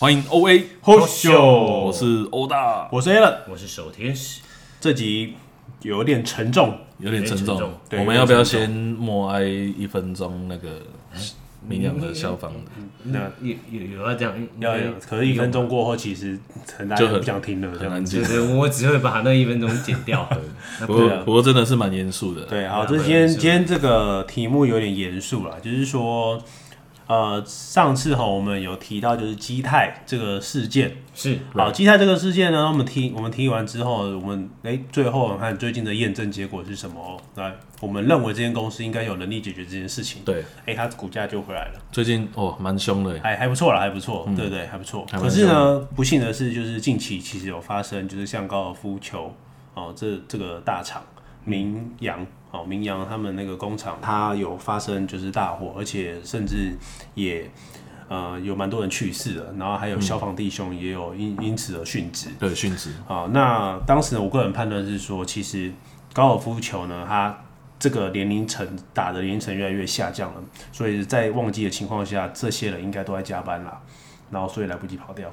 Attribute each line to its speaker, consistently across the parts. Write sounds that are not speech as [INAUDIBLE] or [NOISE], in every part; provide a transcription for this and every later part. Speaker 1: 欢迎 O A，
Speaker 2: 好秀，
Speaker 1: 我是欧大，
Speaker 2: 我是 Alan，
Speaker 3: 我是守天使，
Speaker 2: 这集有点沉重，
Speaker 1: 有哎点沉
Speaker 3: 有点沉重
Speaker 1: 重。嗯
Speaker 2: 对
Speaker 1: 我们要不要
Speaker 2: 有点沉
Speaker 1: 先默哀一分钟？那个明阳的消防
Speaker 2: 那
Speaker 3: 有有有啊要这样，
Speaker 2: 要有呃可是一分钟过后，其实很大
Speaker 1: 就
Speaker 2: 家
Speaker 1: 很
Speaker 2: 不想听了，这
Speaker 1: 很
Speaker 2: 样
Speaker 1: 难
Speaker 3: 对
Speaker 1: 解。
Speaker 3: 对，我只会把那一分钟剪
Speaker 2: [LAUGHS]
Speaker 3: 掉。那
Speaker 1: 不
Speaker 3: 不
Speaker 1: 过不过真的是蛮严肃的。
Speaker 2: 对，好，
Speaker 3: 对
Speaker 2: 这
Speaker 3: 啊
Speaker 2: 今天
Speaker 3: 不然就是
Speaker 2: 今天这个题目有点严肃啦，就是说，呃，上次哈我们有提到就是基泰这个事件，
Speaker 3: 是
Speaker 2: 好，基泰这个事件呢，我们提我们提完之后，我们哎、最后我们看最近的验证结果是什么哦？来，我们认为这间公司应该有能力解决这件事情，
Speaker 1: 对，
Speaker 2: 哎、它股价就回来了，
Speaker 1: 最近哦蛮凶的耶，
Speaker 2: 还还不错啦，还不错，对不对？还不错。
Speaker 1: 嗯还蛮
Speaker 2: 可是呢，不幸的是，就是近期其实有发生，就是像高尔夫球哦，这这个大厂明阳哦，明阳他们那个工厂，它有发生就是大火，而且甚至也。呃，有蛮多人去世了，然后
Speaker 1: 嗯
Speaker 2: 还有消防弟兄也有因因此而殉职。
Speaker 1: 对殉职。
Speaker 2: 好，那当时呢我个人判断是说，其实高尔夫球呢，它这个年龄层打的年龄层越来越下降了，所以在旺季的情况下，这些人应该都在加班啦，然后所以来不及跑掉。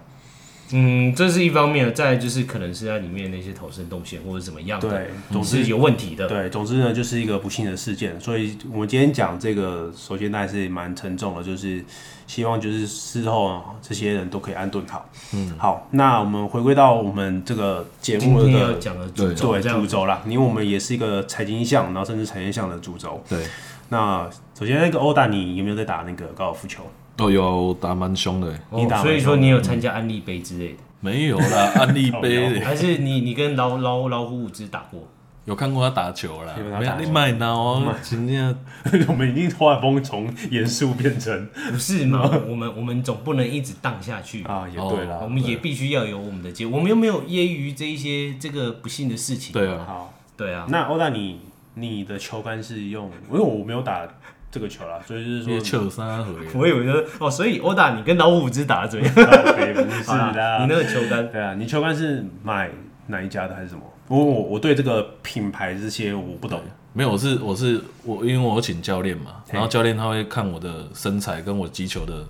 Speaker 3: 嗯，这是一方面，再来就是可能是在里面那些逃生动线或者怎么样的，
Speaker 2: 对，
Speaker 3: 总是有问题的。
Speaker 2: 对，总之呢，就是一个不幸的事件。所以我们今天讲这个，首先当然是蛮沉重的，就是希望就是事后啊这些人都可以安顿好。嗯，好，那我们回归到我们这个节
Speaker 3: 今
Speaker 2: 目
Speaker 3: 天要
Speaker 2: 的
Speaker 3: 讲的主轴
Speaker 2: 对
Speaker 3: 这样
Speaker 2: 主，轴啦，因为我们也是一个财经项，然后甚至产业项的主轴。
Speaker 1: 对，
Speaker 2: 那首先那个欧大，你有没有在打那个高尔夫球？ [LAUGHS]
Speaker 1: 哦有打蛮凶的耶，
Speaker 3: 哦
Speaker 2: 你打完
Speaker 3: 所以
Speaker 2: 球
Speaker 3: 说你有参加安利杯之
Speaker 2: [LAUGHS]
Speaker 3: 类的，
Speaker 1: 没有 [LAUGHS] 啦，安利杯嘞
Speaker 3: 还是你你跟老老老虎伍兹打过？
Speaker 1: 有看过他打球啦
Speaker 2: 有看过，他
Speaker 1: 没
Speaker 2: 打
Speaker 1: 有
Speaker 2: 球
Speaker 1: 你买哪哦，真正
Speaker 2: 我们已经画风从严肃变成
Speaker 3: 不
Speaker 2: [LAUGHS]
Speaker 3: 是嘛？我们我们总不能一直荡下去
Speaker 2: 啊，也
Speaker 1: 哦
Speaker 2: 对啦，
Speaker 3: 我们也必须要有我们的结，我们又没有揶揄这一些这个不幸的事情。
Speaker 1: 对
Speaker 2: 对
Speaker 1: 啊，
Speaker 2: 好。
Speaker 3: 对啊，
Speaker 2: 那欧大你，你的球杆是用？因为我没有打这个球啦，所以就
Speaker 1: 也
Speaker 2: 是 [LAUGHS] 说
Speaker 1: 球三回。
Speaker 3: 我以为说哦，所以欧达你跟老虎伍兹打的怎么样？
Speaker 2: OK，不啊是
Speaker 3: 好啦
Speaker 2: [LAUGHS]
Speaker 3: 你
Speaker 2: 啦。
Speaker 3: 那个球杆
Speaker 2: 对啊，你球杆是买哪一家的还是什么？我我我对这个品牌这些我不懂。
Speaker 1: 没有，我是我是我，因为我有请教练嘛，然后教练他会看我的身材跟我击球的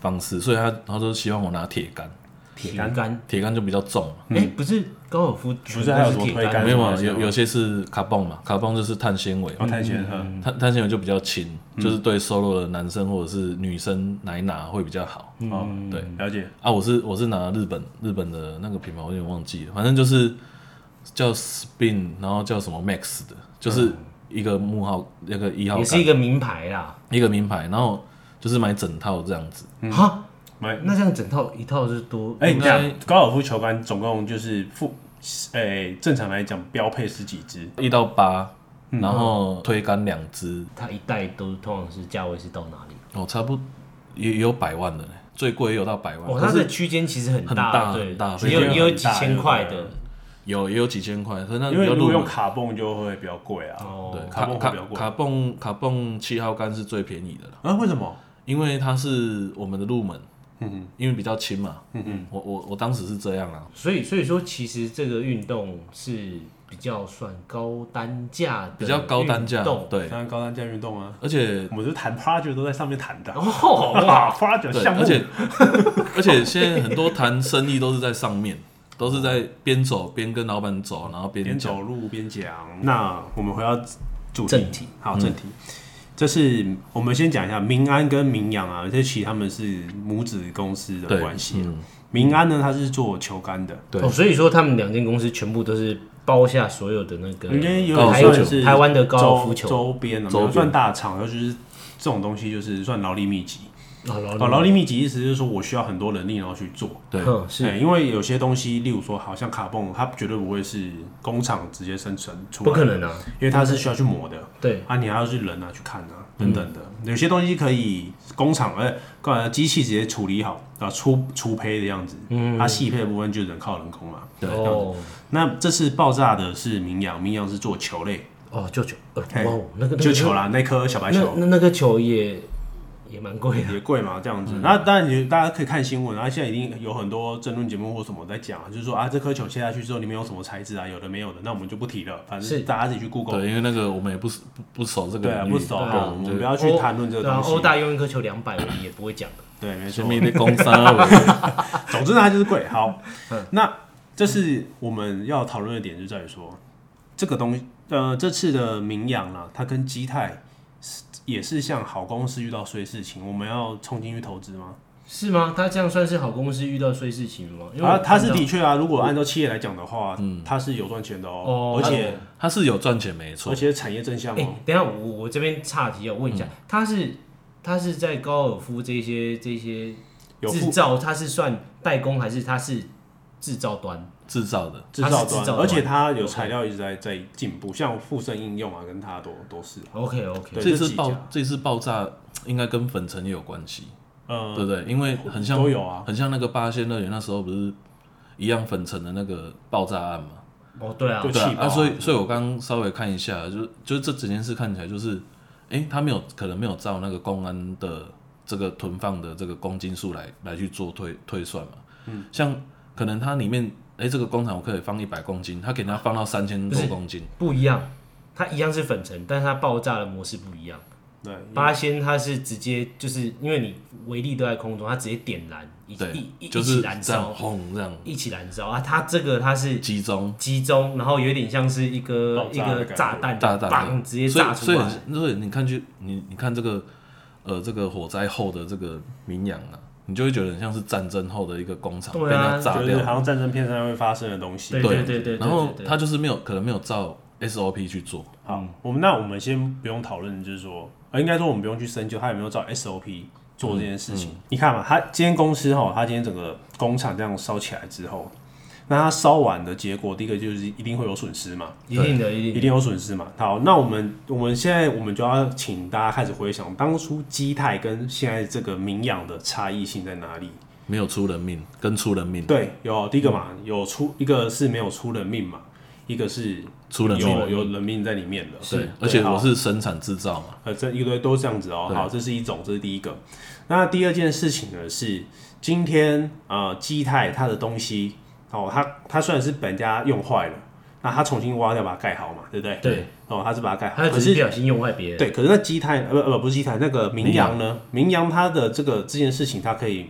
Speaker 1: 方式，所以他他说希望我拿铁杆，
Speaker 3: 铁
Speaker 2: 杆嗯
Speaker 3: 杆，
Speaker 1: 铁杆就比较重嘛。
Speaker 3: 哎，不是高尔夫，不
Speaker 2: 不是还有什么推杆
Speaker 1: 没有
Speaker 2: 还
Speaker 1: 嘛，
Speaker 2: 是什
Speaker 1: 有
Speaker 2: 么
Speaker 1: 有些是卡泵嘛，卡泵就是碳嗯纤维，
Speaker 2: 然后太闲了，
Speaker 1: 碳碳纤维就比较轻，就是对瘦弱的男生或者是女生来拿会比较好。
Speaker 2: 哦，
Speaker 1: 对
Speaker 2: 了解。
Speaker 1: 啊，我是我是拿日本日本的那个品牌，我有点忘记了，反正就是叫 Spin，然后叫什么 Max 的，就是一个木号那个嗯一号杆
Speaker 3: 也是一个名牌啦。
Speaker 1: 一个名牌，然后就是买整套这样子。
Speaker 3: 哈，
Speaker 2: 买
Speaker 3: 那这样整套一套是多？
Speaker 2: 嗯哎，
Speaker 1: 应
Speaker 2: 你
Speaker 1: 该
Speaker 2: 讲高尔夫球杆总共就是负，哎，正常来讲标配是几支？
Speaker 1: 一到八，然后推杆两只，
Speaker 3: 它一袋都通常是价位是到哪里？
Speaker 1: 哦，差不多也也有百万的嘞，最贵也有到百万，
Speaker 3: 哦，
Speaker 1: 可
Speaker 3: 它的
Speaker 1: 是
Speaker 3: 区间其实很
Speaker 1: 很
Speaker 3: 大，
Speaker 1: 大
Speaker 3: 对
Speaker 1: 很大，
Speaker 3: 也有
Speaker 1: 非常
Speaker 3: 也有
Speaker 2: 很
Speaker 3: 几
Speaker 2: 大
Speaker 3: 千块的
Speaker 2: 对。
Speaker 1: 有也有几千块，可是那
Speaker 2: 因为
Speaker 1: 比较
Speaker 2: 如果
Speaker 1: 入
Speaker 2: 用
Speaker 1: 门。
Speaker 2: 卡泵就会比较贵啊。
Speaker 3: 哦，
Speaker 1: 对，
Speaker 2: 卡
Speaker 1: 卡
Speaker 2: 泵会
Speaker 1: 卡
Speaker 2: 比较贵
Speaker 1: 卡泵卡泵七号杆是最便宜的啦，
Speaker 2: 啊，为什么？
Speaker 1: 因为它是我们的入门，嗯因为比较轻嘛，嗯我我我当时是这样啊，
Speaker 3: 所以所以说，其实这个运动是比较算高单价的，
Speaker 1: 比较高单价，
Speaker 3: 动。
Speaker 1: 对，
Speaker 2: 当然高单价运动啊，
Speaker 1: 而且
Speaker 2: 我们就谈 project 都在上面谈的。
Speaker 1: [LAUGHS]
Speaker 2: 啊
Speaker 3: 哦，
Speaker 2: 哇，project
Speaker 1: 对，
Speaker 2: 项目
Speaker 1: 而且 [LAUGHS] 而且现在很多谈生意都是在上面，都是在边走边跟老板走，然后边
Speaker 2: 边
Speaker 1: 讲
Speaker 2: 走路边讲。那我们回到主题
Speaker 3: 正题
Speaker 2: 好，正题。
Speaker 1: 嗯
Speaker 2: 这是我们先讲一下民安跟民阳啊，这其实他们是母子公司的
Speaker 1: 对嗯
Speaker 2: 关系。啊民安呢，它是做球杆的，
Speaker 1: 对
Speaker 3: 哦，所以说他们两间公司全部都是包下所有的那个，
Speaker 2: 因为有
Speaker 1: 高尔
Speaker 2: 点
Speaker 1: 夫
Speaker 2: 算
Speaker 1: 球
Speaker 2: 是
Speaker 3: 台湾的高尔
Speaker 2: 周
Speaker 3: 夫球
Speaker 2: 周边啊，
Speaker 1: 周边
Speaker 2: 算大厂，然后就是这种东西就是算劳力密集。
Speaker 3: 啊，劳
Speaker 2: 哦，劳力密集意思就是说我需要很多人力然后去做。
Speaker 1: 对
Speaker 3: 哼是
Speaker 2: 哎因为有些东西，例如说，好像卡泵，它绝对不会是工厂直接生成出来，
Speaker 3: 不可，能啊，
Speaker 2: 因为它是需要去磨的。
Speaker 3: 对，
Speaker 2: 啊，你还要去人啊去看啊等
Speaker 3: 嗯
Speaker 2: 等的，有些东西可以工厂呃呃机器直接处理好啊出出胚的样子，嗯，它细胚的部分就人靠人工嘛。
Speaker 1: 对
Speaker 3: 哦
Speaker 2: 那这次爆炸的是明阳，明阳是做球类，
Speaker 3: 哦，舅舅，呃
Speaker 2: 嘿
Speaker 3: 哇，那 [LAUGHS] 个
Speaker 2: 就球，啦，那颗小白
Speaker 3: 那个
Speaker 2: 球
Speaker 3: 那那那个球也也蛮贵的，
Speaker 2: 也贵嘛，这样子。那当然，你大家可以看新闻啊，现在已经有很多争论节目或什么在讲啊，就是说啊，这颗球切下去之后，里面有什么材质啊，有的没有的，那我们就不提了，反
Speaker 3: 是
Speaker 2: 正大家自己去 Google。
Speaker 1: 对，因为那个我们也不是不不熟这个
Speaker 2: 对啊，
Speaker 1: 领域
Speaker 2: 不熟
Speaker 3: 对
Speaker 2: 啊
Speaker 3: 啊，
Speaker 2: 我们不要去谈论这个
Speaker 3: 对啊
Speaker 2: 东西
Speaker 3: 欧。大用一颗球两百，我们也不会讲的，
Speaker 2: 对，没
Speaker 1: 前
Speaker 2: 错。
Speaker 1: 面的攻杀
Speaker 2: [LAUGHS]
Speaker 1: 尾，
Speaker 2: 总之呢，它就是贵。好，那这是我们要讨论的点，就在于说这个东西，呃，这次的名扬啊，它跟基泰是也是像好公司遇到衰事情，我们要冲进去投资吗？
Speaker 3: 是吗？他这样算是好公司遇到衰事情了吗？因为我
Speaker 2: 啊，它
Speaker 3: 看
Speaker 2: 是
Speaker 3: 到
Speaker 2: 的确啊，如果按照企业来讲的话，它是有赚钱的哦，
Speaker 3: 哦
Speaker 2: 而且
Speaker 1: 他是有赚钱没错
Speaker 2: 而，且产业正向
Speaker 3: 哎、
Speaker 2: 哦，嗯
Speaker 3: 等一下我我这边岔题啊，我问一下，他是他是在高尔夫这些这些
Speaker 2: 有
Speaker 3: 制
Speaker 2: 负
Speaker 3: 造，他是算代工还是他是制造端？
Speaker 1: 制造的
Speaker 2: 制
Speaker 3: 它是
Speaker 2: 造
Speaker 3: 制造
Speaker 2: 端，
Speaker 3: 端
Speaker 2: 而且它有材料一直在在进步，像富盛应用啊，跟它都都是，
Speaker 3: OK OK，
Speaker 2: 对
Speaker 1: 这
Speaker 2: 这
Speaker 1: 次
Speaker 2: 几
Speaker 1: 爆
Speaker 2: 家
Speaker 1: 这次爆炸应该跟粉尘也有关系，
Speaker 2: 呃，
Speaker 1: 对不对？因为很像
Speaker 2: 都有啊，
Speaker 1: 很像那个八仙乐园那时候不是一样粉尘的那个爆炸案嘛？
Speaker 3: 哦对啊
Speaker 1: 对
Speaker 2: 就，气
Speaker 1: 啊
Speaker 2: 爆
Speaker 1: 啊，所以所以我刚刚稍微看一下，就是就是这整件事看起来就是，哎、他没有可能没有照那个公安的这个囤放的这个公斤数来来去做推推算嘛。嗯，像可能它里面，哎、这个工厂我可以放一百公斤，他给它放到三千多
Speaker 3: 不是
Speaker 1: 公斤，
Speaker 3: 不一样，它一样是粉尘，但是它爆炸的模式不一样。
Speaker 2: 对，
Speaker 1: 嗯
Speaker 3: 八仙它是直接就是因为你微粒都在空中，它直接点燃，一
Speaker 1: 对
Speaker 3: 一，一
Speaker 1: 就
Speaker 3: 一
Speaker 1: 是
Speaker 3: 起燃
Speaker 1: 这样
Speaker 3: 烧，
Speaker 1: 轰这样
Speaker 3: 一起燃烧啊！它这个它是
Speaker 1: 集中。
Speaker 3: 集中，然后有点像是一个
Speaker 2: 爆
Speaker 3: 一
Speaker 2: 炸的
Speaker 3: 个炸弹，
Speaker 1: 大大
Speaker 3: 砰
Speaker 1: 的，
Speaker 3: 直接
Speaker 1: 所
Speaker 3: 炸
Speaker 1: 以
Speaker 3: 出
Speaker 1: 所以
Speaker 3: 来。
Speaker 1: 很所以你看去你你看这个呃这个火灾后的这个民养啊，你就会觉得很像是战争后的一个工厂
Speaker 3: 对
Speaker 1: 被
Speaker 3: 啊
Speaker 1: 它炸
Speaker 2: 就是
Speaker 1: 掉，
Speaker 2: 好像战争片上会发生的东西。
Speaker 3: 对
Speaker 1: 对啊
Speaker 3: 对对对，
Speaker 1: 然后
Speaker 3: 对对
Speaker 1: 他就是没有可能没有照 SOP 去做，
Speaker 2: 好，我们那我们先不用讨论，就是说，呃，应该说我们不用去深究他有没有照 SOP 做这件事情。你看嘛，他今天公司哈，他今天整个工厂这样烧起来之后，那他烧完的结果，第一个就是一定会有损失嘛，
Speaker 3: 一定的，一
Speaker 2: 一
Speaker 3: 定的。
Speaker 2: 定有损失嘛。好，那我们我们现在我们就要请大家开始回想当初基泰跟现在这个民养的差异性在哪里？
Speaker 1: 没有出人命跟出人命，
Speaker 2: 对，有第一个嘛，有出一个是没有出人命嘛，一个是
Speaker 1: 出人命
Speaker 2: 有有人命在里面的，
Speaker 1: 对
Speaker 3: 是，
Speaker 1: 而且
Speaker 2: 好
Speaker 1: 我是生产制造嘛，
Speaker 2: 呃，这一堆都这样子哦。
Speaker 1: 对
Speaker 2: 好，这是一种，这是第一个。那第二件事情呢是，今天呃，基泰它的东西哦，它它虽然是本家用坏了，那它重新挖掉把它盖好嘛，对不对？
Speaker 3: 对，
Speaker 2: 哦，它是把它盖好，
Speaker 3: 他
Speaker 2: 可
Speaker 3: 只是
Speaker 2: 是
Speaker 3: 不小心用坏别人。
Speaker 2: 对，可是那基泰呃不呃不是基泰，那个明阳呢？明阳它的这个这件事情，它可以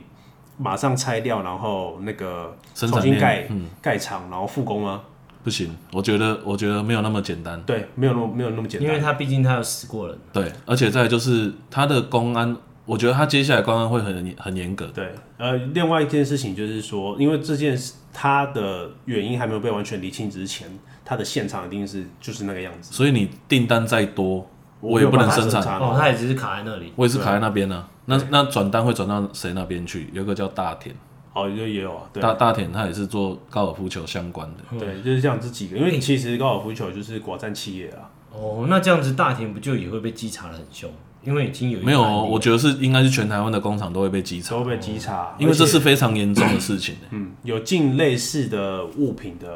Speaker 2: 马上拆掉，然后那个
Speaker 1: 生
Speaker 2: 重
Speaker 1: 产
Speaker 2: 新
Speaker 1: 链嗯
Speaker 2: 盖盖厂，然后复工吗？
Speaker 1: 不行，我觉得我觉得没有那么简单，
Speaker 2: 对，没有那么没有那么简
Speaker 3: 因为
Speaker 2: 单。
Speaker 3: 他毕竟他有死过人，
Speaker 1: 对，而且再来就是他的公安，我觉得他接下来公安会很很严格，
Speaker 2: 对，呃，另外一件事情就是说，因为这件事它的原因还没有被完全理清之前，它的现场一定是就是那个样子。
Speaker 1: 所以你订单再多，
Speaker 2: 我
Speaker 1: 我也
Speaker 2: 没有
Speaker 1: 不能
Speaker 2: 办法
Speaker 1: 生产
Speaker 2: 生。产
Speaker 3: 哦，他也只是卡在那里。
Speaker 1: 我也是卡在那边呢、啊那那转单会转到谁那边去？有一个叫大田，
Speaker 2: 哦，就也有啊，对
Speaker 1: 大大田他也是做高尔夫球相关的，
Speaker 2: 对，就是这样这几个，因为其实高尔夫球就是寡占企业啊，
Speaker 3: 哦，那这样子大田不就也会被稽查的很凶？因为已经有一个
Speaker 1: 没有
Speaker 2: 啊
Speaker 3: 案例
Speaker 1: 哦，
Speaker 3: 了
Speaker 1: 我觉得是应该是全台湾的工厂都会被稽查，
Speaker 2: 都被稽查，
Speaker 1: 哦因为这
Speaker 2: 而且
Speaker 1: 是非常严重的事情、
Speaker 2: 嗯有进类似的物品的，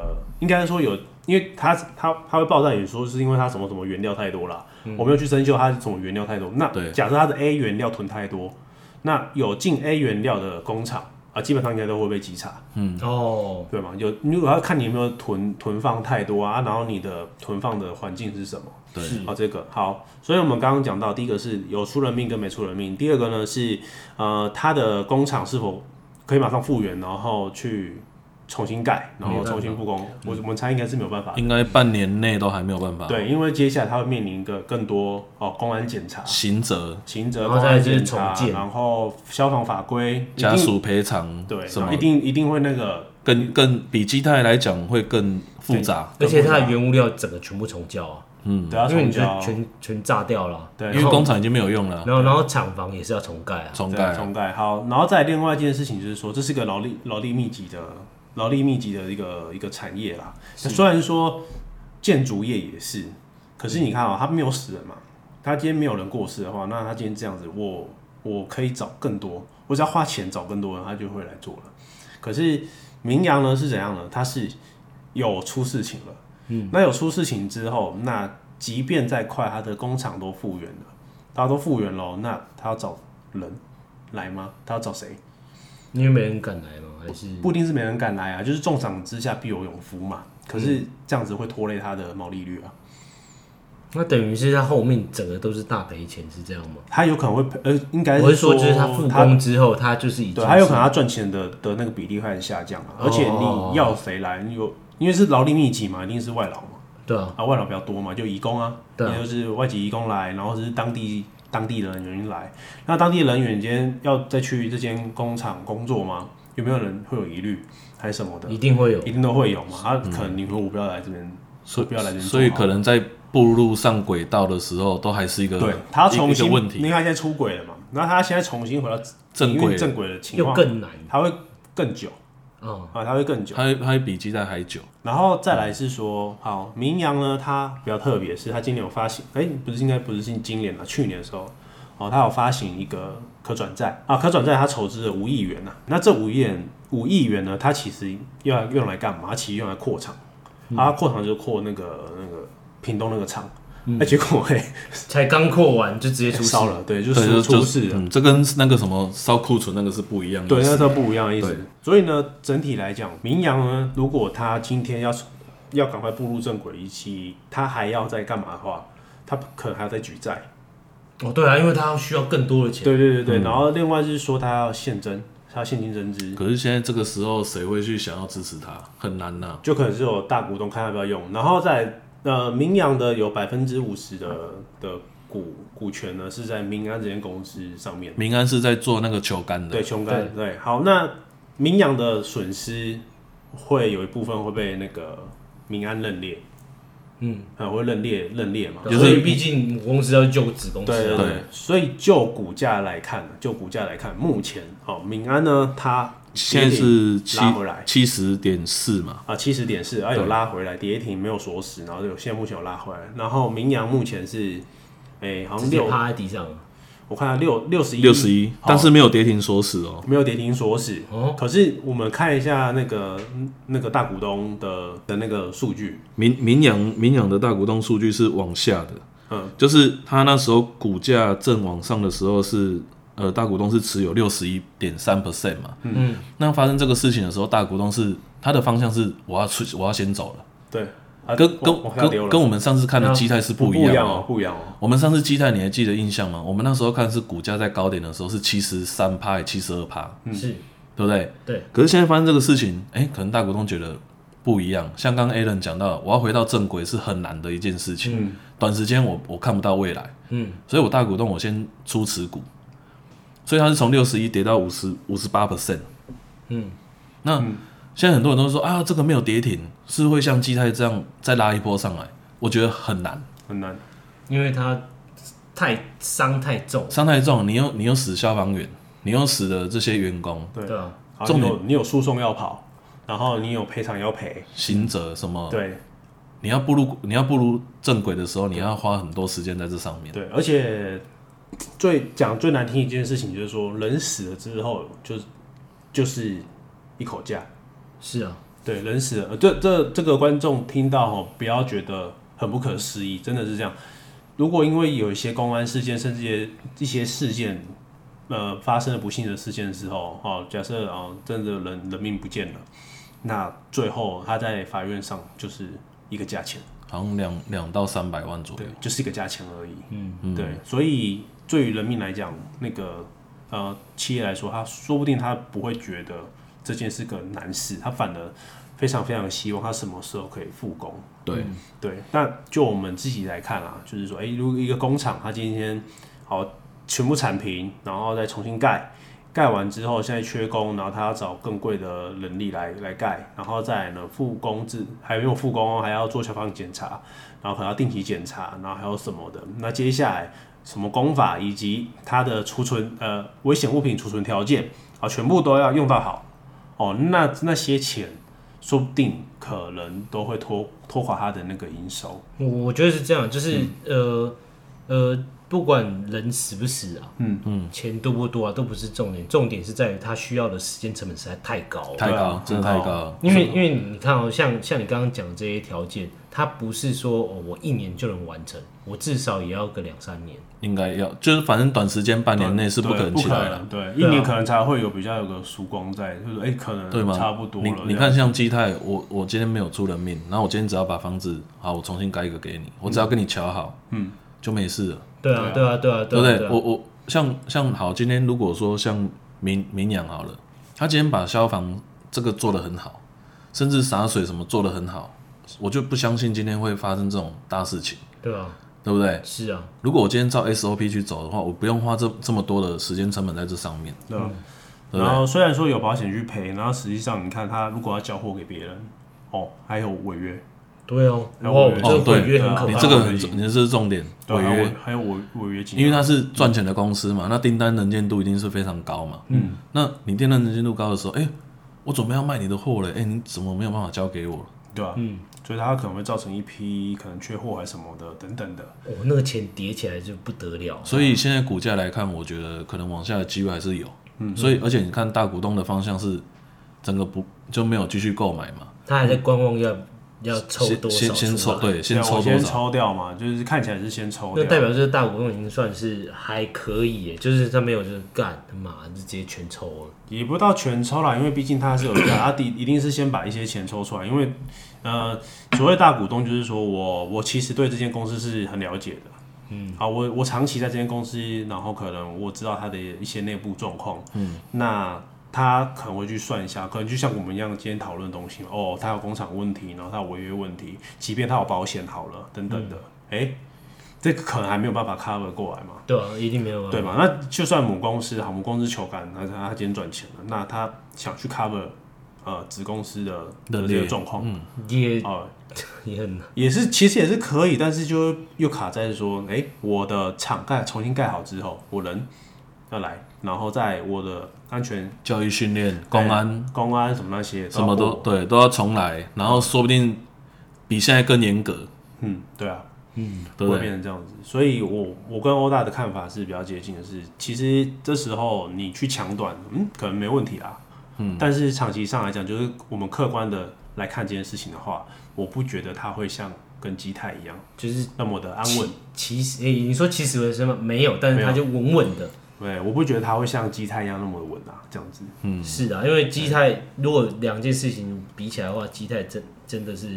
Speaker 2: 应该说有，因为它它它会爆炸，也说是因为它什么什么原料太多啦，我没有去深究它是什么原料太多。那
Speaker 1: 对
Speaker 2: 假设它的 A 原料囤太多，那有进 A 原料的工厂啊，基本上应该都会被稽查，
Speaker 3: 哦，
Speaker 2: 对吗？有，如果要看你有没有囤囤放太多啊，然后你的囤放的环境是什么？
Speaker 1: 对
Speaker 3: 是
Speaker 2: 好、这个好，所以我们刚刚讲到，第一个是有出人命跟没出人命，第二个呢是呃，它的工厂是否可以马上复原，然后去重新盖，然
Speaker 3: 没
Speaker 2: 后嗯
Speaker 3: 办
Speaker 2: 哦
Speaker 3: 法
Speaker 2: 重新复工。我我们猜应该是没有办法的，
Speaker 1: 应该半年内都还没有办法。，
Speaker 2: 对，因为接下来它会面临一个更多哦公安检查、
Speaker 1: 刑责、
Speaker 2: 刑责、
Speaker 3: 然
Speaker 2: 公
Speaker 3: 后再来
Speaker 2: 安
Speaker 3: 就是
Speaker 2: 检查
Speaker 3: 重，建
Speaker 2: 然后消防法规，一
Speaker 1: 家
Speaker 2: 定
Speaker 1: 属赔偿，
Speaker 2: 对，
Speaker 1: 什
Speaker 2: 然后
Speaker 1: 么
Speaker 2: 一定一定会那个
Speaker 1: 更更比基泰来讲会更复杂，
Speaker 3: 而且它的原物料整个全部重交啊，
Speaker 2: 都要
Speaker 3: 因为
Speaker 2: 重
Speaker 3: 你就是
Speaker 2: 交，
Speaker 3: 全全炸掉了啊，
Speaker 2: 对
Speaker 1: 因为工厂已经没有用了，
Speaker 3: 然后然后厂房也是要重盖啊，
Speaker 1: 重
Speaker 2: 对，
Speaker 1: 盖啊。
Speaker 2: 重盖。好，然后再另外一件事情就是说，这是一个劳力劳力密集的劳力密集的一个一个产业啦。虽然说建筑业也是，可是你看啊、它没有死人嘛，它今天没有人过世的话，那它今天这样子，我我可以找更多，我只要花钱找更多人，他就会来做了。可是明阳呢是怎样呢？它是有出事情了，嗯，那有出事情之后，那即便再快，它的工厂都复原了，大家都复原了，那他要找人来吗？他要找谁？
Speaker 3: 因为没人敢来嘛，还是
Speaker 2: 不一定是没人敢来啊，就是重
Speaker 3: 嗯
Speaker 2: 赏之下必有勇夫嘛。可是这样子会拖累他的毛利率啊，
Speaker 3: 那等于是他后面整个都是大赔钱，是这样吗？
Speaker 2: 他有可能会赔，呃，应该
Speaker 3: 我是
Speaker 2: 说
Speaker 3: 说，就是他复工之后，他就是已经
Speaker 2: 对，还有可能他赚钱的的那个比例会很下降啊，而且
Speaker 3: 哦
Speaker 2: 你要谁来，你有因为是劳力密集嘛，一定是外劳嘛，
Speaker 3: 对啊，
Speaker 2: 啊，外劳比较多嘛，就移工啊，
Speaker 3: 对啊
Speaker 2: 也就是外籍移工来，然后是当地当地的人员来，那当地人员今天要再去这间工厂工作吗？有没有人会有疑虑还是什么的？
Speaker 3: 一定会有。
Speaker 2: 一定都会有
Speaker 1: 嗯
Speaker 2: 嘛，啊，可能你说我不要来这边，
Speaker 1: 所
Speaker 2: 我不要来这
Speaker 1: 以
Speaker 2: 边做
Speaker 1: 所以
Speaker 2: 好
Speaker 1: 可能在步入上轨道的时候，都还是一个
Speaker 2: 对他
Speaker 1: 一
Speaker 2: 重
Speaker 1: 一个
Speaker 2: 新，
Speaker 1: 问
Speaker 2: 你
Speaker 1: 题，
Speaker 2: 看他现在出轨了嘛，那他现在重新回到
Speaker 1: 正
Speaker 2: 因为
Speaker 1: 轨，
Speaker 2: 正轨的情
Speaker 3: 又
Speaker 2: 况，
Speaker 3: 更难
Speaker 2: 他会更久
Speaker 1: 哦
Speaker 3: 啊、
Speaker 2: 啊，他会更久。
Speaker 1: 他会他会比鸡蛋还久。
Speaker 2: 然后再来是说，好，明阳呢，它比较特别，是它今年有发行，哎、不是应该不是今今年了，去年的时候，哦，它有发行一个可转债啊，可转债它筹资了五亿元呐、啊那这五亿元，五亿元呢，它其实要用来干嘛？它其实用来扩厂，
Speaker 1: 嗯
Speaker 2: 啊，扩厂就扩那个那个屏东那个厂，
Speaker 1: 嗯
Speaker 2: 那、结果嘿
Speaker 3: 才刚扩完就直接出事
Speaker 2: 烧了，对，就
Speaker 1: 对，
Speaker 2: 是
Speaker 1: 就
Speaker 2: 出
Speaker 1: 就
Speaker 2: 事
Speaker 1: 是
Speaker 2: 了。
Speaker 1: 嗯，这跟那个什么烧库存那个是不一样的。
Speaker 2: 对，那时候不一样的意思
Speaker 1: 对。
Speaker 2: 所以呢，整体来讲，明阳呢，如果他今天要要赶快步入正轨，以及他还要再干嘛的话，他可能还要再举债。
Speaker 3: 哦，对啊，因为他需要更多的钱。
Speaker 2: 对对对
Speaker 1: 嗯
Speaker 2: 对。然后另外就是说，他要现增，他要现金增资，
Speaker 1: 可是现在这个时候，谁会去想要支持他？很难呐、
Speaker 2: 就可能是有大股东看要不要用。然后再来呃，明阳的有百分之五十的的股股权呢是在明安这间公司上面。
Speaker 1: 民安是在做那个球杆的，
Speaker 2: 对，穷干对。好，那明阳的损失会有一部分会被那个民安认列，嗯，啊，会认列认列嘛，
Speaker 3: 对，所以毕竟母公司要救子公司啊。
Speaker 2: 对对对
Speaker 1: 对，
Speaker 2: 所以就股价来看，就股价来看，目前哦，民安呢，它
Speaker 1: 现在是
Speaker 2: 跌
Speaker 1: 七
Speaker 2: 停拉回来
Speaker 1: 七十点四嘛，
Speaker 2: 啊七十点四，啊有拉回来，跌停没有锁死，然后有现在目前有拉回来，然后明阳目前是，哎，好
Speaker 3: 直
Speaker 2: 像
Speaker 3: 接
Speaker 2: 六，
Speaker 3: 趴在地上啊。
Speaker 2: 我看六六十一，
Speaker 1: 六十一，
Speaker 2: 嗯好
Speaker 1: 但是没有跌停锁死哦。
Speaker 2: 没有跌停锁死。
Speaker 3: 哦
Speaker 2: 可是我们看一下那个嗯那个大股东的的那个数据，
Speaker 1: 民民养民养的大股东数据是往下的，
Speaker 2: 嗯，
Speaker 1: 就是他那时候股价正往上的时候是，呃，大股东是持有六十一点三 percent 嘛，
Speaker 3: 嗯，
Speaker 1: 那发生这个事情的时候，大股东是他的方向是我要出，我要先走了，
Speaker 2: 对，啊
Speaker 1: 跟跟
Speaker 2: 我我看到丢
Speaker 1: 跟
Speaker 2: 了
Speaker 1: 跟我们上次看的
Speaker 3: 那
Speaker 1: 基态是不一
Speaker 2: 不
Speaker 1: 样
Speaker 2: 一
Speaker 1: 的
Speaker 2: 样
Speaker 1: 哦。
Speaker 2: 哦，不一样哦，
Speaker 1: 我们上次基泰你还记得印象吗？我们那时候看是股价在高点的时候是七十三趴、七十二趴，
Speaker 3: 是，
Speaker 1: 对不对？
Speaker 3: 对。
Speaker 1: 可是现在发生这个事情，哎，可能大股东觉得不一样。像刚刚 Alan 讲到，我要回到正轨是很难的一件事情，短时间我我看不到未来，
Speaker 3: 嗯，
Speaker 1: 所以我大股东我先出持股，所以它是从六十一跌到五十五十八 percent，
Speaker 3: 嗯，
Speaker 1: 那现在很多人都说啊，这个没有跌停，是会像基泰这样再拉一波上来，我觉得很难。
Speaker 2: 很难。
Speaker 3: 因为他太伤太重，
Speaker 1: 伤太重，你又你又死消防员，你又死了这些员工，
Speaker 2: 对
Speaker 3: 对啊，
Speaker 2: 好，
Speaker 1: 重
Speaker 2: 你
Speaker 1: 点
Speaker 2: 有你有诉讼要跑，然后你有赔偿要赔，
Speaker 1: 刑责什么，
Speaker 2: 对
Speaker 1: 你要步入你要步入正轨的时候，你要花很多时间在这上面。
Speaker 2: 对，而且最讲最难听一件事情就是说，人死了之后就是就是一口价，
Speaker 3: 是啊，
Speaker 2: 对，人死了，呃这这这个观众听到吼，不要觉得很不可思议，真的是这样。如果因为有一些公安事件，甚至一些一些事件，呃，发生了不幸的事件之后，哦，假设哦，真的人人命不见了，那最后他在法院上就是一个价钱，
Speaker 1: 好像两两到三百万左
Speaker 2: 对
Speaker 1: 右。，
Speaker 2: 就是一个价钱而已。嗯，对，所以对于人民来讲，那个呃企业来说，他说不定他不会觉得这件是个难事，他反而非常非常希望他什么时候可以复工。
Speaker 1: 对，
Speaker 2: 对，那就我们自己来看啊，就是说，哎、如果一个工厂它今天好全部铲平，然后再重新盖，盖完之后现在缺工，然后他要找更贵的人力来来盖，然后再来呢复工制还没有复工哦，还要做消防检查，然后可能要定期检查，然后还有什么的。那接下来什么工法以及它的储存呃危险物品储存条件啊，全部都要用到好哦。那那些钱说不定可能都会拖拖垮他的那个营收。
Speaker 3: 我我觉得是这样，就是、呃，呃，不管人死不死啊，嗯嗯，钱多不多啊，都不是重点，重点是在于他需要的时间成本实在太高了。
Speaker 1: 太
Speaker 2: 对
Speaker 1: 高
Speaker 2: 啊，
Speaker 1: 真的
Speaker 2: 很
Speaker 1: 太
Speaker 2: 高
Speaker 1: 高了。
Speaker 3: 因为因为你看哦，像像你刚刚讲的这些条件，它不是说、哦、我一年就能完成，我至少也要个两三年。
Speaker 1: 应该要，就是反正短时间半年内是
Speaker 2: 对
Speaker 1: 不
Speaker 2: 不
Speaker 1: 可能起来
Speaker 2: 可
Speaker 1: 了，
Speaker 2: 能对，一年可能才会有比较有个曙光在，就是哎、可能
Speaker 1: 对吗？
Speaker 2: 差不多了
Speaker 1: 你
Speaker 2: 这
Speaker 1: 你
Speaker 2: 样
Speaker 1: 看，像基泰，我我今天没有出人命，然后我今天只要把房子好，我重新盖一个给你，我只要跟你瞧好，嗯，就没事了，
Speaker 3: 对啊，对啊，对
Speaker 1: 对
Speaker 3: 啊，啊
Speaker 1: 不
Speaker 3: 对
Speaker 1: 对？
Speaker 3: 啊
Speaker 1: 我我像像好，今天如果说像民民养好了，他今天把消防这个做得很好，甚至洒水什么做得很好，我就不相信今天会发生这种大事情，
Speaker 3: 对啊，
Speaker 1: 对不对？
Speaker 3: 是啊，
Speaker 1: 如果我今天照 SOP 去走的话，我不用花这这么多的时间成本在这上面。
Speaker 2: 对啊
Speaker 1: 嗯对
Speaker 2: 然后虽然说有保险去赔，然后实际上你看他如果要交货给别人，哦，还有违约，
Speaker 3: 对哦，
Speaker 2: 那
Speaker 3: 哇，
Speaker 2: 我
Speaker 3: 这
Speaker 2: 觉
Speaker 1: 得
Speaker 3: 个毁约很可
Speaker 2: 对
Speaker 1: 啊你
Speaker 3: 怕。
Speaker 1: 这个很重你是重点
Speaker 2: 对啊
Speaker 1: 违
Speaker 2: 还有
Speaker 1: 约，
Speaker 2: 还有违违约金啊，
Speaker 1: 因为它是赚钱的公司嘛，那订单能见度一定是非常高嘛。嗯，那你订单能见度高的时候，哎、我准备要卖你的货了，哎、你怎么没有办法交给我？
Speaker 2: 对吧？嗯，所以它可能会造成一批可能缺货还是什么的等等的，
Speaker 3: 哦，那个钱叠起来就不得了。
Speaker 1: 所以现在股价来看，我觉得可能往下的机会还是有。嗯，所以而且你看大股东的方向是整个不就没有继续购买嘛，
Speaker 3: 他还在观望要要抽
Speaker 1: 先
Speaker 3: 多少
Speaker 1: 先先
Speaker 3: 出
Speaker 1: 抽
Speaker 3: 来
Speaker 1: 对，
Speaker 2: 对
Speaker 1: 先
Speaker 2: 啊我
Speaker 1: 抽多
Speaker 2: 先
Speaker 1: 少？
Speaker 2: 抽掉嘛，就是看起来是先抽
Speaker 3: 那
Speaker 2: 掉，
Speaker 3: 代表就是大股东已经算是还可以耶，就是他没有就是干他妈就直接全抽了。
Speaker 2: 也不到全抽啦，因为毕竟它是有价，它第一定是先把一些钱抽出来，因为呃，所谓大股东就是说我我其实对这间公司是很了解的，嗯，啊，我我长期在这间公司，然后可能我知道它的一些内部状况，嗯，那。他可能会去算一下，可能就像我们一样今天讨论的东西嘛，哦，他有工厂问题，然后他有违约问题，即便他有保险好了等等的，哎、这个可能还没有办法 cover 过来嘛，
Speaker 3: 对啊，一定没有办法
Speaker 2: 对嘛？那就算母公司好，母公司求干，那他他今天赚钱了，那他想去 cover 呃子公司的的
Speaker 1: 的
Speaker 2: 这个
Speaker 1: 利
Speaker 2: 状况，嗯，
Speaker 3: 也
Speaker 2: 哦、
Speaker 3: [LAUGHS] 也很难。
Speaker 2: 也是其实也是可以，但是就又卡在说，哎、我的厂盖重新盖好之后，我人要来，然后在我的安全、哎
Speaker 1: 教育训练、公安、
Speaker 2: 公安什么那些
Speaker 1: 什么
Speaker 2: 要
Speaker 1: 都
Speaker 2: 过
Speaker 1: 对都要重来，然后说不定比现在更严格，
Speaker 2: 嗯，对啊，
Speaker 1: 对
Speaker 2: 都
Speaker 1: 不
Speaker 2: 会
Speaker 1: 对？
Speaker 2: 变成这样子。所以我，我跟欧大的看法是比较接近的是，其实这时候你去抢短，嗯，可能没问题啊。嗯，但是长期上来讲，就是我们客观的来看这件事情的话，我不觉得它会像跟基泰一样
Speaker 3: 就是
Speaker 2: 那么的安稳。
Speaker 3: 起死，诶、你说起死回生吗？没有，但是他就稳稳的。
Speaker 2: 对，我不觉得它会像基泰一样那么的稳啊，这样子。
Speaker 3: 是啊，因为基泰如果两件事情比起来的话，基泰真真的是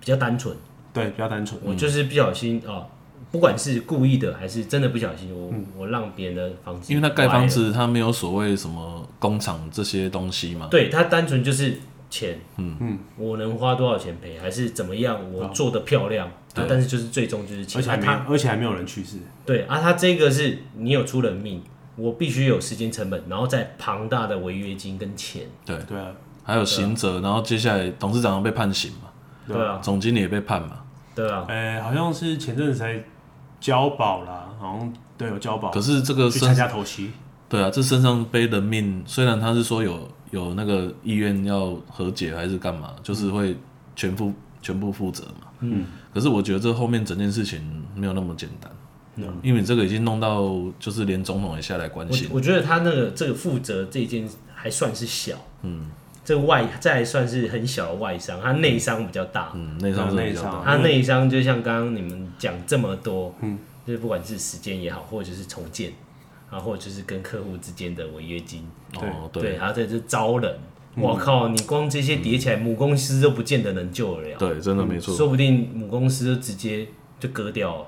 Speaker 3: 比较单纯。
Speaker 2: 对，比较单纯。
Speaker 3: 我就是不小心啊、不管是故意的还是真的不小心，我、我让别人的房子，
Speaker 1: 因为他盖房，子，他没有所谓什么工厂这些东西嘛。
Speaker 3: 对他单纯就是钱，嗯嗯，我能花多少钱赔，还是怎么样，我做的漂亮，啊但是就是最终就是钱，
Speaker 2: 而且还
Speaker 3: 啊
Speaker 2: 没
Speaker 3: 他，
Speaker 2: 而且还没有人去世。
Speaker 3: 对啊，他这个是你有出人命，我必须有时间成本，然后再庞大的违约金跟钱，
Speaker 1: 对，
Speaker 2: 对啊，
Speaker 1: 还有刑责，然后接下来董事长被判刑嘛，
Speaker 3: 对啊，
Speaker 1: 总经理也被判嘛。
Speaker 3: 对啊，
Speaker 2: 哎、好像是前阵子才交保啦，好像对有交保
Speaker 1: 可，是这个
Speaker 2: 哦去
Speaker 1: 身
Speaker 2: 参，加头期。
Speaker 1: 对啊，这身上背人命，虽然他是说有有那个意愿要和解还是干嘛，就是会全部全部负责嘛。嗯，可是我觉得这后面整件事情没有那么简单，因为你这个已经弄到就是连总统也下来关
Speaker 3: 我
Speaker 1: 心。
Speaker 3: 我觉得他那个这个负责这件还算是小，嗯，这个外这还算是很小的外伤，他内伤比较大，
Speaker 1: 嗯，内伤是比较
Speaker 2: 内伤
Speaker 1: 大。
Speaker 3: 他内伤就像刚刚你们讲这么多，嗯，就是不管是时间也好，或者就是重建，啊，或者就是跟客户之间的违约金，
Speaker 2: 对
Speaker 1: 哦，嗯
Speaker 3: 对，还有在这招人，我靠，你光这些叠起来，母公司都不见得能救得了，
Speaker 1: 对，真的没
Speaker 2: 嗯
Speaker 1: 错。
Speaker 3: 说不定母公司就直接就割掉了。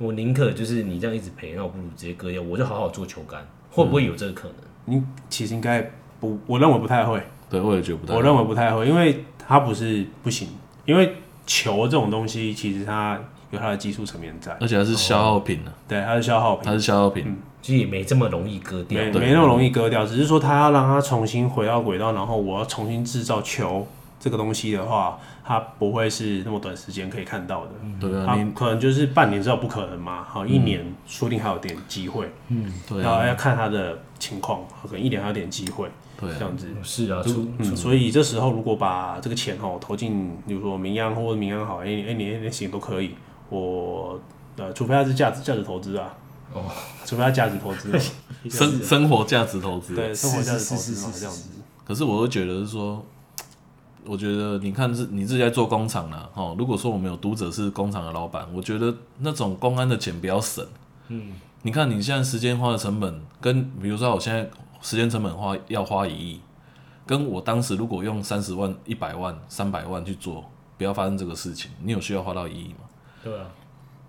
Speaker 3: 我宁可就是你这样一直赔，那我不如直接割掉，我就好好做球杆，会不会有这个可能？
Speaker 2: 你其实应该不，我认为不太会，
Speaker 1: 对，啊我也觉得不太
Speaker 2: 我认为不太会，因为它不是不行，因为球这种东西其实它有它的技术层面在，
Speaker 1: 而且它是消耗品呢、
Speaker 2: 对，它是消耗品，
Speaker 1: 它是消耗品，
Speaker 3: 其实也没这么容易割掉
Speaker 2: 没。
Speaker 1: 对
Speaker 2: 没那么容易割掉，只是说它要让它重新回到轨道，然后我要重新制造球这个东西的话，它不会是那么短时间可以看到的。
Speaker 1: 对啊，
Speaker 2: 它可能就是半年之后不可能嘛，好一年说不定还有点机会，
Speaker 1: 嗯，对
Speaker 2: 然
Speaker 1: 啊，
Speaker 2: 后要看它的情况，可能一年还有点机会，
Speaker 1: 对
Speaker 2: 这样子。
Speaker 3: 是啊，出
Speaker 2: 嗯，所以这时候如果把这个钱哦投进，比如说民安或者民安好，哎、哎、你哎那行都可以，我呃，除非它是价值价值投资啊，
Speaker 3: 哦，
Speaker 2: 除非它价值投资
Speaker 1: [LAUGHS]
Speaker 2: 嘛，
Speaker 1: 生生活价值投资。
Speaker 2: 对，生活价值
Speaker 3: 是
Speaker 2: 投
Speaker 3: 是
Speaker 2: 资嘛，啊
Speaker 3: 是
Speaker 2: 这样子。
Speaker 1: 可是我会觉得是说，我觉得你看是你自己在做工厂啦，哦，如果说我们有读者是工厂的老板，我觉得那种公安的钱不要省。嗯，你看你现在时间花的成本，跟比如说我现在时间成本花要花一亿，跟我当时如果用三十万、一百万、三百万去做，不要发生这个事情，你有需要花到一亿吗？
Speaker 3: 对啊，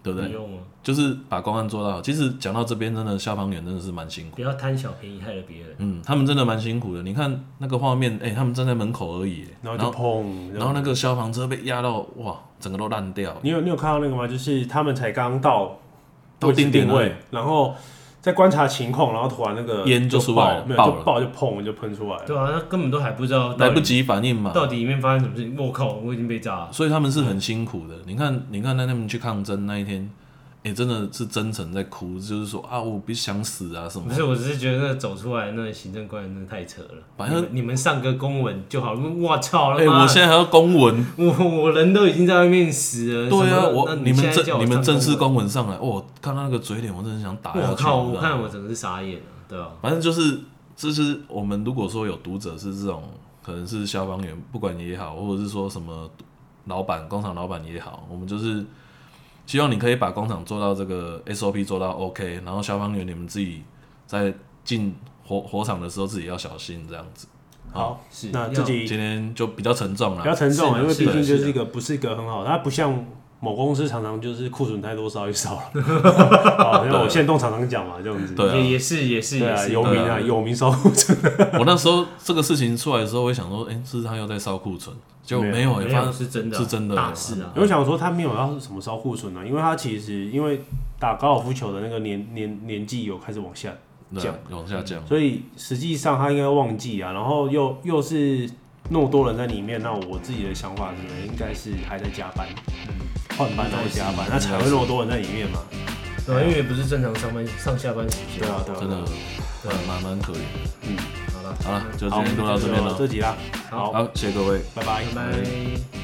Speaker 1: 对不对？
Speaker 3: 不用啊，
Speaker 1: 就是把公安做到好。其实讲到这边，真的消防员真的是蛮辛苦的。
Speaker 3: 不要贪小便宜害了别人。
Speaker 1: 嗯，他们真的蛮辛苦的。你看那个画面，哎、他们站在门口而已，
Speaker 2: 然
Speaker 1: 然
Speaker 2: 后
Speaker 1: 后
Speaker 2: 就砰，
Speaker 1: 然后那个消防车被压到，哇，整个都烂掉。
Speaker 2: 你有你有看到那个吗？就是他们才刚到
Speaker 1: 到
Speaker 2: 位置
Speaker 1: 定点
Speaker 2: 定
Speaker 1: 而
Speaker 2: 位，然后在观察情况，然后突然那个
Speaker 1: 烟就
Speaker 2: 就
Speaker 1: 出
Speaker 2: 爆
Speaker 1: 来了
Speaker 2: 没有
Speaker 1: 爆
Speaker 2: 就
Speaker 1: 了
Speaker 2: 爆就砰就喷出来了。
Speaker 3: 对啊，他根本都还不知道
Speaker 1: 来
Speaker 3: 到
Speaker 1: 不
Speaker 3: 底
Speaker 1: 及反应嘛，
Speaker 3: 到底里面发生什么事情。我靠，我已经被炸了。
Speaker 1: 所以他们是很辛苦的。你看，你看，那他们去抗争那一天，哎、真的是真诚在哭，就是说啊，我不想死啊什么
Speaker 3: 不。是，我只是觉得那走出来那行政官员真的太扯了。
Speaker 1: 反正
Speaker 3: 你们你们上个公文就好了。我操
Speaker 1: 哎、
Speaker 3: 他啊妈
Speaker 1: 我现在还要公文，
Speaker 3: 我我人都已经在外面死了。
Speaker 1: 对啊，
Speaker 3: 什么
Speaker 1: 我
Speaker 3: 那
Speaker 1: 你
Speaker 3: 现
Speaker 1: 们
Speaker 3: 在叫
Speaker 1: 正
Speaker 3: 我
Speaker 1: 你们
Speaker 3: 上
Speaker 1: 正式
Speaker 3: 公
Speaker 1: 公文上来，哦，看到那个嘴脸，我真的想打
Speaker 3: 文，
Speaker 1: 下
Speaker 3: 我
Speaker 1: 去。
Speaker 3: 靠！
Speaker 1: 你知道
Speaker 3: 我
Speaker 1: 吗
Speaker 3: 看我整个是傻眼了，对啊，
Speaker 1: 反正就是，这是我们如果说有读者是这种，可能是消防员，不管也好，或者是说什么老板、工厂老板也好，我们就是希望你可以把工厂做到这个 SOP 做到 OK，然后消防员你们自己在进火火场的时候自己要小心这样子。
Speaker 2: 好，
Speaker 3: 是
Speaker 2: 那
Speaker 3: 要
Speaker 2: 自己
Speaker 1: 今天就比较沉重
Speaker 2: 比较
Speaker 3: [LAUGHS]
Speaker 1: 了，
Speaker 2: 沉重啊，
Speaker 3: 是的
Speaker 2: 因为毕
Speaker 3: 是的
Speaker 2: 竟就是
Speaker 3: 的
Speaker 2: 是一个不是一个很好，它不像某公司常常就是库存太多烧一烧了。啊，因为我现动常常讲嘛，这样子。
Speaker 1: 对啊
Speaker 3: 也也是也是
Speaker 2: 对
Speaker 3: 也
Speaker 2: 啊，
Speaker 3: 是
Speaker 2: 有名啊，
Speaker 3: 对
Speaker 2: 有名烧库存。
Speaker 1: 我那时候这个事情出来的时候，我也想说，哎、是不是他又在烧库存，就没有、
Speaker 3: 没
Speaker 1: 欸，
Speaker 3: 有
Speaker 1: 发
Speaker 3: 是真的啊
Speaker 1: 是真的
Speaker 3: 大事
Speaker 1: [LAUGHS]
Speaker 3: 啊
Speaker 2: 我想说他没有要什么烧库存啊，因为他其实因为打高尔夫球的那个年年年纪有开始往下，
Speaker 1: 对啊，往下降。
Speaker 2: 所以实际上他应该忘记啊，然后又又是那么多人在里面，那我自己的想法是应该是还在加班，换班然后加班，那才会那么多人在里面嘛。
Speaker 3: 对啊，因为也不是正常上班上下班时间。
Speaker 2: 对啊，对啊，
Speaker 1: 真的
Speaker 3: 对啊
Speaker 1: 蛮蛮可以的。
Speaker 2: 嗯，
Speaker 3: 好了
Speaker 1: 好了，就
Speaker 2: 好，
Speaker 1: 今天就到这边
Speaker 2: 这
Speaker 1: 了。
Speaker 2: 集啦，好，
Speaker 1: 好，谢谢各位。
Speaker 2: 拜拜
Speaker 3: 拜。拜。